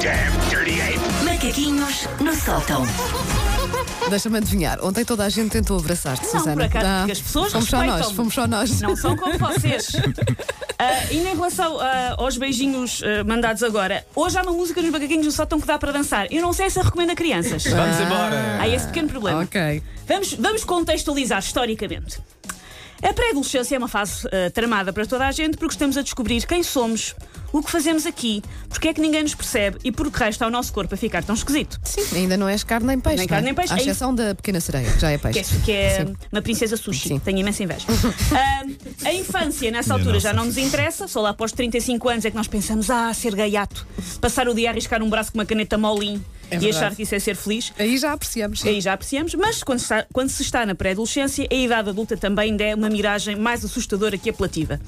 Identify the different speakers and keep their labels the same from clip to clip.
Speaker 1: damn dirty ape!
Speaker 2: Macaquinhos no sótão.
Speaker 3: Deixa-me adivinhar. Ontem toda a gente tentou abraçar-te,
Speaker 4: Não,
Speaker 3: Susana.
Speaker 4: por acaso,
Speaker 3: Ah,
Speaker 4: porque as pessoas
Speaker 3: Fomos só nós,
Speaker 4: respeitam-me.
Speaker 3: fomos só nós.
Speaker 4: Não são como vocês. Ah, e em relação ah, aos beijinhos ah, mandados agora, hoje há uma música nos macaquinhos no sótão que dá para dançar. Eu não sei se a recomendo a crianças.
Speaker 5: Vamos embora.
Speaker 4: Há esse pequeno problema.
Speaker 3: Ok.
Speaker 4: Vamos, vamos contextualizar historicamente. A pré-adolescência é uma fase ah, tramada para toda a gente porque estamos a descobrir quem somos, o que fazemos aqui, porque é que ninguém nos percebe e por que raio está o nosso corpo a ficar tão esquisito.
Speaker 3: Sim, ainda não és carne nem peixe.
Speaker 4: Nem
Speaker 3: não é?
Speaker 4: carne nem peixe,
Speaker 3: À
Speaker 4: é
Speaker 3: exceção da pequena sereia, que já é
Speaker 4: Que é,
Speaker 3: peixe.
Speaker 4: que é
Speaker 3: Sim.
Speaker 4: uma princesa sushi,
Speaker 3: Sim.
Speaker 4: tenho imensa inveja. Ah, a infância, nessa altura, já não nos interessa, só lá após 35 anos é que nós pensamos, ah, ser gaiato, passar o dia a arriscar um braço com uma caneta molinho
Speaker 3: É
Speaker 4: e
Speaker 3: verdade.
Speaker 4: achar que isso é ser feliz.
Speaker 3: Aí já apreciamos. sim.
Speaker 4: Aí já apreciamos, mas quando, está- quando se está na pré-adolescência, a idade adulta também ainda é uma miragem mais assustadora que apelativa.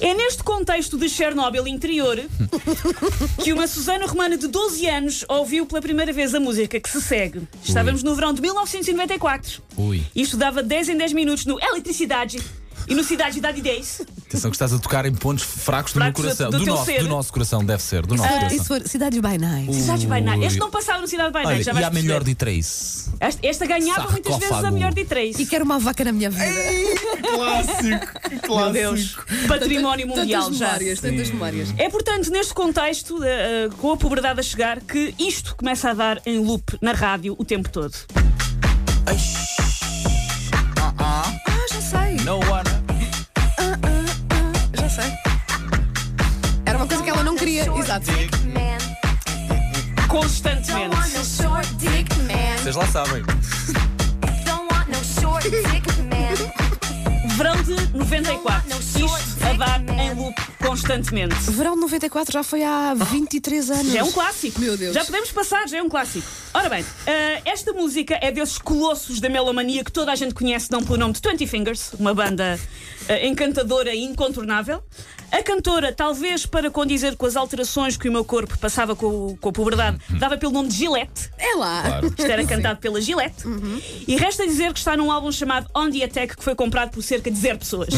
Speaker 4: É neste contexto de Chernobyl interior que uma Susana Romana de 12 anos ouviu pela primeira vez a música que se segue. Estávamos no verão de 1994
Speaker 5: Ui.
Speaker 4: e estudava 10 em 10 minutos no Eletricidade e no Cidade da Days.
Speaker 5: Atenção que estás a tocar em pontos fracos do meu
Speaker 4: Fracos do-
Speaker 5: coração.
Speaker 4: do teu
Speaker 5: nosso,
Speaker 4: ser. é
Speaker 5: do nosso coração, deve ser. Do nosso
Speaker 3: E
Speaker 5: coração.
Speaker 3: se for Cidades by Night?
Speaker 4: Cidade by Night.
Speaker 5: Ui.
Speaker 4: Este não passava no Cidade by Night,
Speaker 5: Olha,
Speaker 4: já
Speaker 5: e
Speaker 4: vais
Speaker 5: a
Speaker 4: perceber.
Speaker 5: melhor de três.
Speaker 4: Esta, esta ganhava muitas vezes a
Speaker 5: Sarcófago.
Speaker 4: melhor de três.
Speaker 3: E quero uma vaca na minha
Speaker 4: É,
Speaker 3: vida.
Speaker 5: Clássico,
Speaker 4: Meu Deus. Património mundial
Speaker 3: tantas
Speaker 4: já.
Speaker 3: memórias, tantas memórias.
Speaker 4: É portanto, neste contexto, eh, eh, com a puberdade a chegar, que isto começa a dar em loop na rádio o tempo todo.
Speaker 3: Ah, já sei,
Speaker 5: No one.
Speaker 3: já sei. Era uma coisa que ela não queria. Exato.
Speaker 4: Constantemente.
Speaker 5: Vocês lá sabem.
Speaker 4: Verão de 94. Isto a dar em loop constantemente.
Speaker 3: Verão de 94 já foi há 23 anos.
Speaker 4: Já é um clássico.
Speaker 3: Meu Deus.
Speaker 4: Já podemos passar, já é um clássico. Ora bem, eh, esta música é desses colossos da melomania que toda a gente conhece, não pelo nome de Twenty Fingers, uma banda eh, encantadora e incontornável. A cantora, talvez para condizer com as alterações que o meu corpo passava com, o- com a puberdade, dava pelo nome de Gillette.
Speaker 3: É lá.
Speaker 5: Claro.
Speaker 4: Isto era cantado pela Gillette.
Speaker 3: Uhum.
Speaker 4: E resta dizer que está num álbum chamado On the Attack, que foi comprado por cerca de zero pessoas.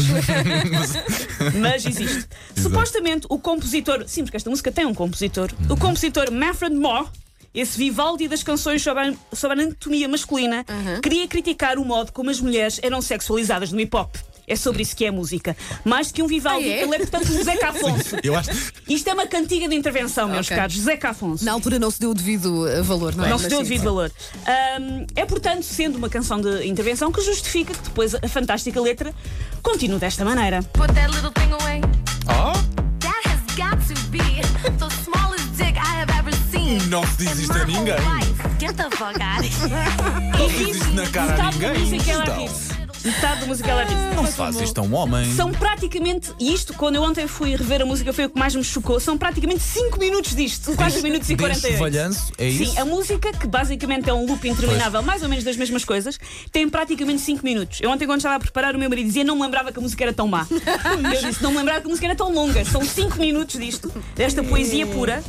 Speaker 4: Mas existe. Supostamente, o compositor. Sim, porque esta música tem um compositor. O compositor Manfred Moore. Esse Vivaldi das canções sobre a, sobre a anatomia masculina
Speaker 3: Uhum.
Speaker 4: queria criticar o modo como as mulheres eram sexualizadas no hip hop. É sobre isso que é a música. Mais do que um Vivaldi,
Speaker 3: Ah, é?
Speaker 4: ele é portanto um Zeca Afonso.
Speaker 5: Eu acho.
Speaker 4: Isto é uma cantiga de intervenção, meus
Speaker 3: Ok.
Speaker 4: caros. Zeca Afonso.
Speaker 3: Na altura não se deu o devido eh, valor, não é?
Speaker 4: Não
Speaker 3: Mas
Speaker 4: se deu o
Speaker 3: sim.
Speaker 4: devido valor. Ahm, é, portanto, sendo uma canção de intervenção que justifica que depois a fantástica letra continue desta maneira.
Speaker 6: Put that little thing away.
Speaker 5: Oh,
Speaker 6: That has got to be the smallest dick I have ever seen.
Speaker 5: não se diz
Speaker 6: in
Speaker 5: isto
Speaker 6: my
Speaker 5: a
Speaker 6: whole
Speaker 5: ninguém.
Speaker 6: life. Get the fuck out of here.
Speaker 4: E
Speaker 5: diz isto na cara a
Speaker 4: metade da
Speaker 5: ninguém.
Speaker 4: música ela
Speaker 5: Então.
Speaker 4: ri-se. Metade da música ela ri-se.
Speaker 5: Não se faz isto a um homem.
Speaker 4: São praticamente, e isto quando eu ontem fui rever a música foi o que mais me chocou, são praticamente 5 minutos disto, 4 minutos e
Speaker 5: Deste
Speaker 4: 48.
Speaker 5: valhanço, é isso?
Speaker 4: Sim, um a música, que basicamente é um loop interminável, mais ou menos das mesmas coisas, tem praticamente 5 minutos. Eu ontem, quando estava a preparar, o meu marido dizia não me lembrava que a música era tão má. Eu disse, não me lembrava que a música era tão longa. São 5 minutos disto,
Speaker 5: É.
Speaker 4: desta poesia pura,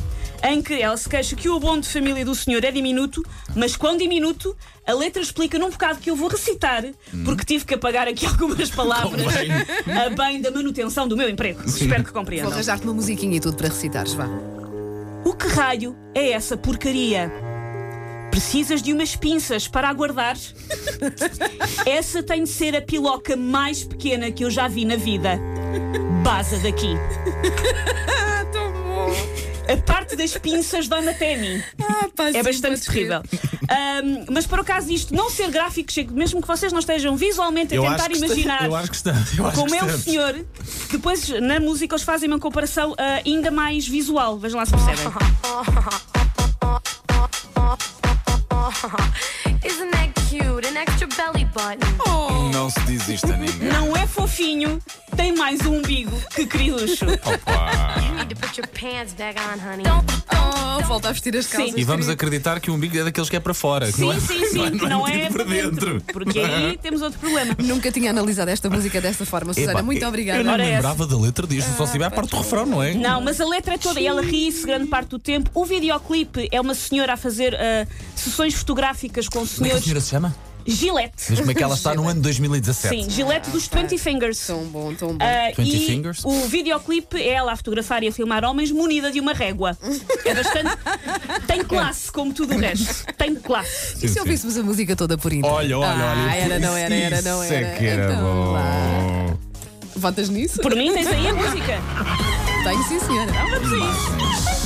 Speaker 4: em que ela se queixa que o abono de família do senhor é diminuto, mas quão diminuto, a letra explica num bocado que eu vou recitar, porque tive que apagar aqui algumas palavras
Speaker 5: Hum. Convém.
Speaker 4: a bem da manutenção do meu emprego. Espero que
Speaker 3: Vou
Speaker 4: compreendam.
Speaker 3: arranjar-te uma musiquinha e tudo para recitares, vá.
Speaker 4: O que raio é essa porcaria? Precisas de umas pinças para aguardar? Essa tem de ser a piloca mais pequena que eu já vi na vida. Baza daqui. A parte das pinças dói-me até a mim. É bastante terrível. Ahm, mas por acaso isto não ser gráfico, chega- mesmo que vocês não estejam visualmente a
Speaker 5: Eu acho
Speaker 4: tentar
Speaker 5: que
Speaker 4: imaginar.
Speaker 5: está- Eu acho que está. Eu acho
Speaker 4: Como
Speaker 5: que
Speaker 4: é o
Speaker 5: estamos.
Speaker 4: senhor, depois na música eles fazem uma comparação ah, ainda mais visual. Vejam lá se percebem.
Speaker 6: Uh-huh. Isn't that cute? An extra belly button.
Speaker 5: Não se diz isto a ninguém.
Speaker 4: Não é fofinho, tem mais um umbigo que criluxo.
Speaker 5: Opa.
Speaker 6: You need to put your pants back on, honey. Don't,
Speaker 3: Oh, volta a vestir as calças.
Speaker 5: E vamos acreditar que o umbigo é daqueles que é para fora. que não é- tipo
Speaker 4: Sim, sim, sim, que não é
Speaker 5: metido
Speaker 4: para dentro. Porque
Speaker 5: é?
Speaker 4: aí temos outro problema.
Speaker 3: Nunca tinha analisado esta música desta forma, Susana.
Speaker 5: Epá,
Speaker 3: muito
Speaker 5: eu-
Speaker 3: obrigada.
Speaker 5: Eu não
Speaker 4: Ora,
Speaker 5: me
Speaker 4: essa.
Speaker 5: lembrava da letra disto, só se tiver a parte do refrão, não é?
Speaker 4: Não, mas a letra é toda, ela ri-se grande parte do tempo. O videoclipe é uma senhora a fazer ah, sessões fotográficas com
Speaker 5: Como é que a
Speaker 4: senhores.
Speaker 5: senhora se chama?
Speaker 4: Gillette.
Speaker 5: Mas como é que ela está no ano 2017?
Speaker 4: Sim, Gillette dos 20 Fingers.
Speaker 3: Tão bom, tão bom.
Speaker 4: Ah,
Speaker 5: 20
Speaker 4: e
Speaker 5: fingers?
Speaker 4: o videoclipe é ela a fotografar e a filmar homens munida de uma régua. É bastante. Tem classe, como tudo o resto. Tem classe.
Speaker 3: e se ouvíssemos a música toda por inteiro?
Speaker 5: Olha, olha, olha.
Speaker 3: Ah, era, não era, era, não
Speaker 5: Isso
Speaker 3: era.
Speaker 5: é que era
Speaker 3: Então,
Speaker 5: bom.
Speaker 3: lá. Votas nisso?
Speaker 4: Oh. Por mim, tens aí a música.
Speaker 3: Tenho, sim, senhora.
Speaker 4: Vamos a isso.